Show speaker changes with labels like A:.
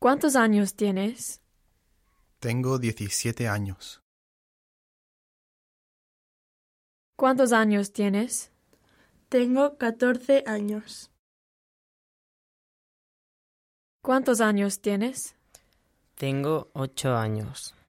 A: ¿Cuántos años tienes?
B: Tengo 17 años.
A: ¿Cuántos años tienes?
C: Tengo 14 años.
A: ¿Cuántos años tienes?
D: Tengo ocho años.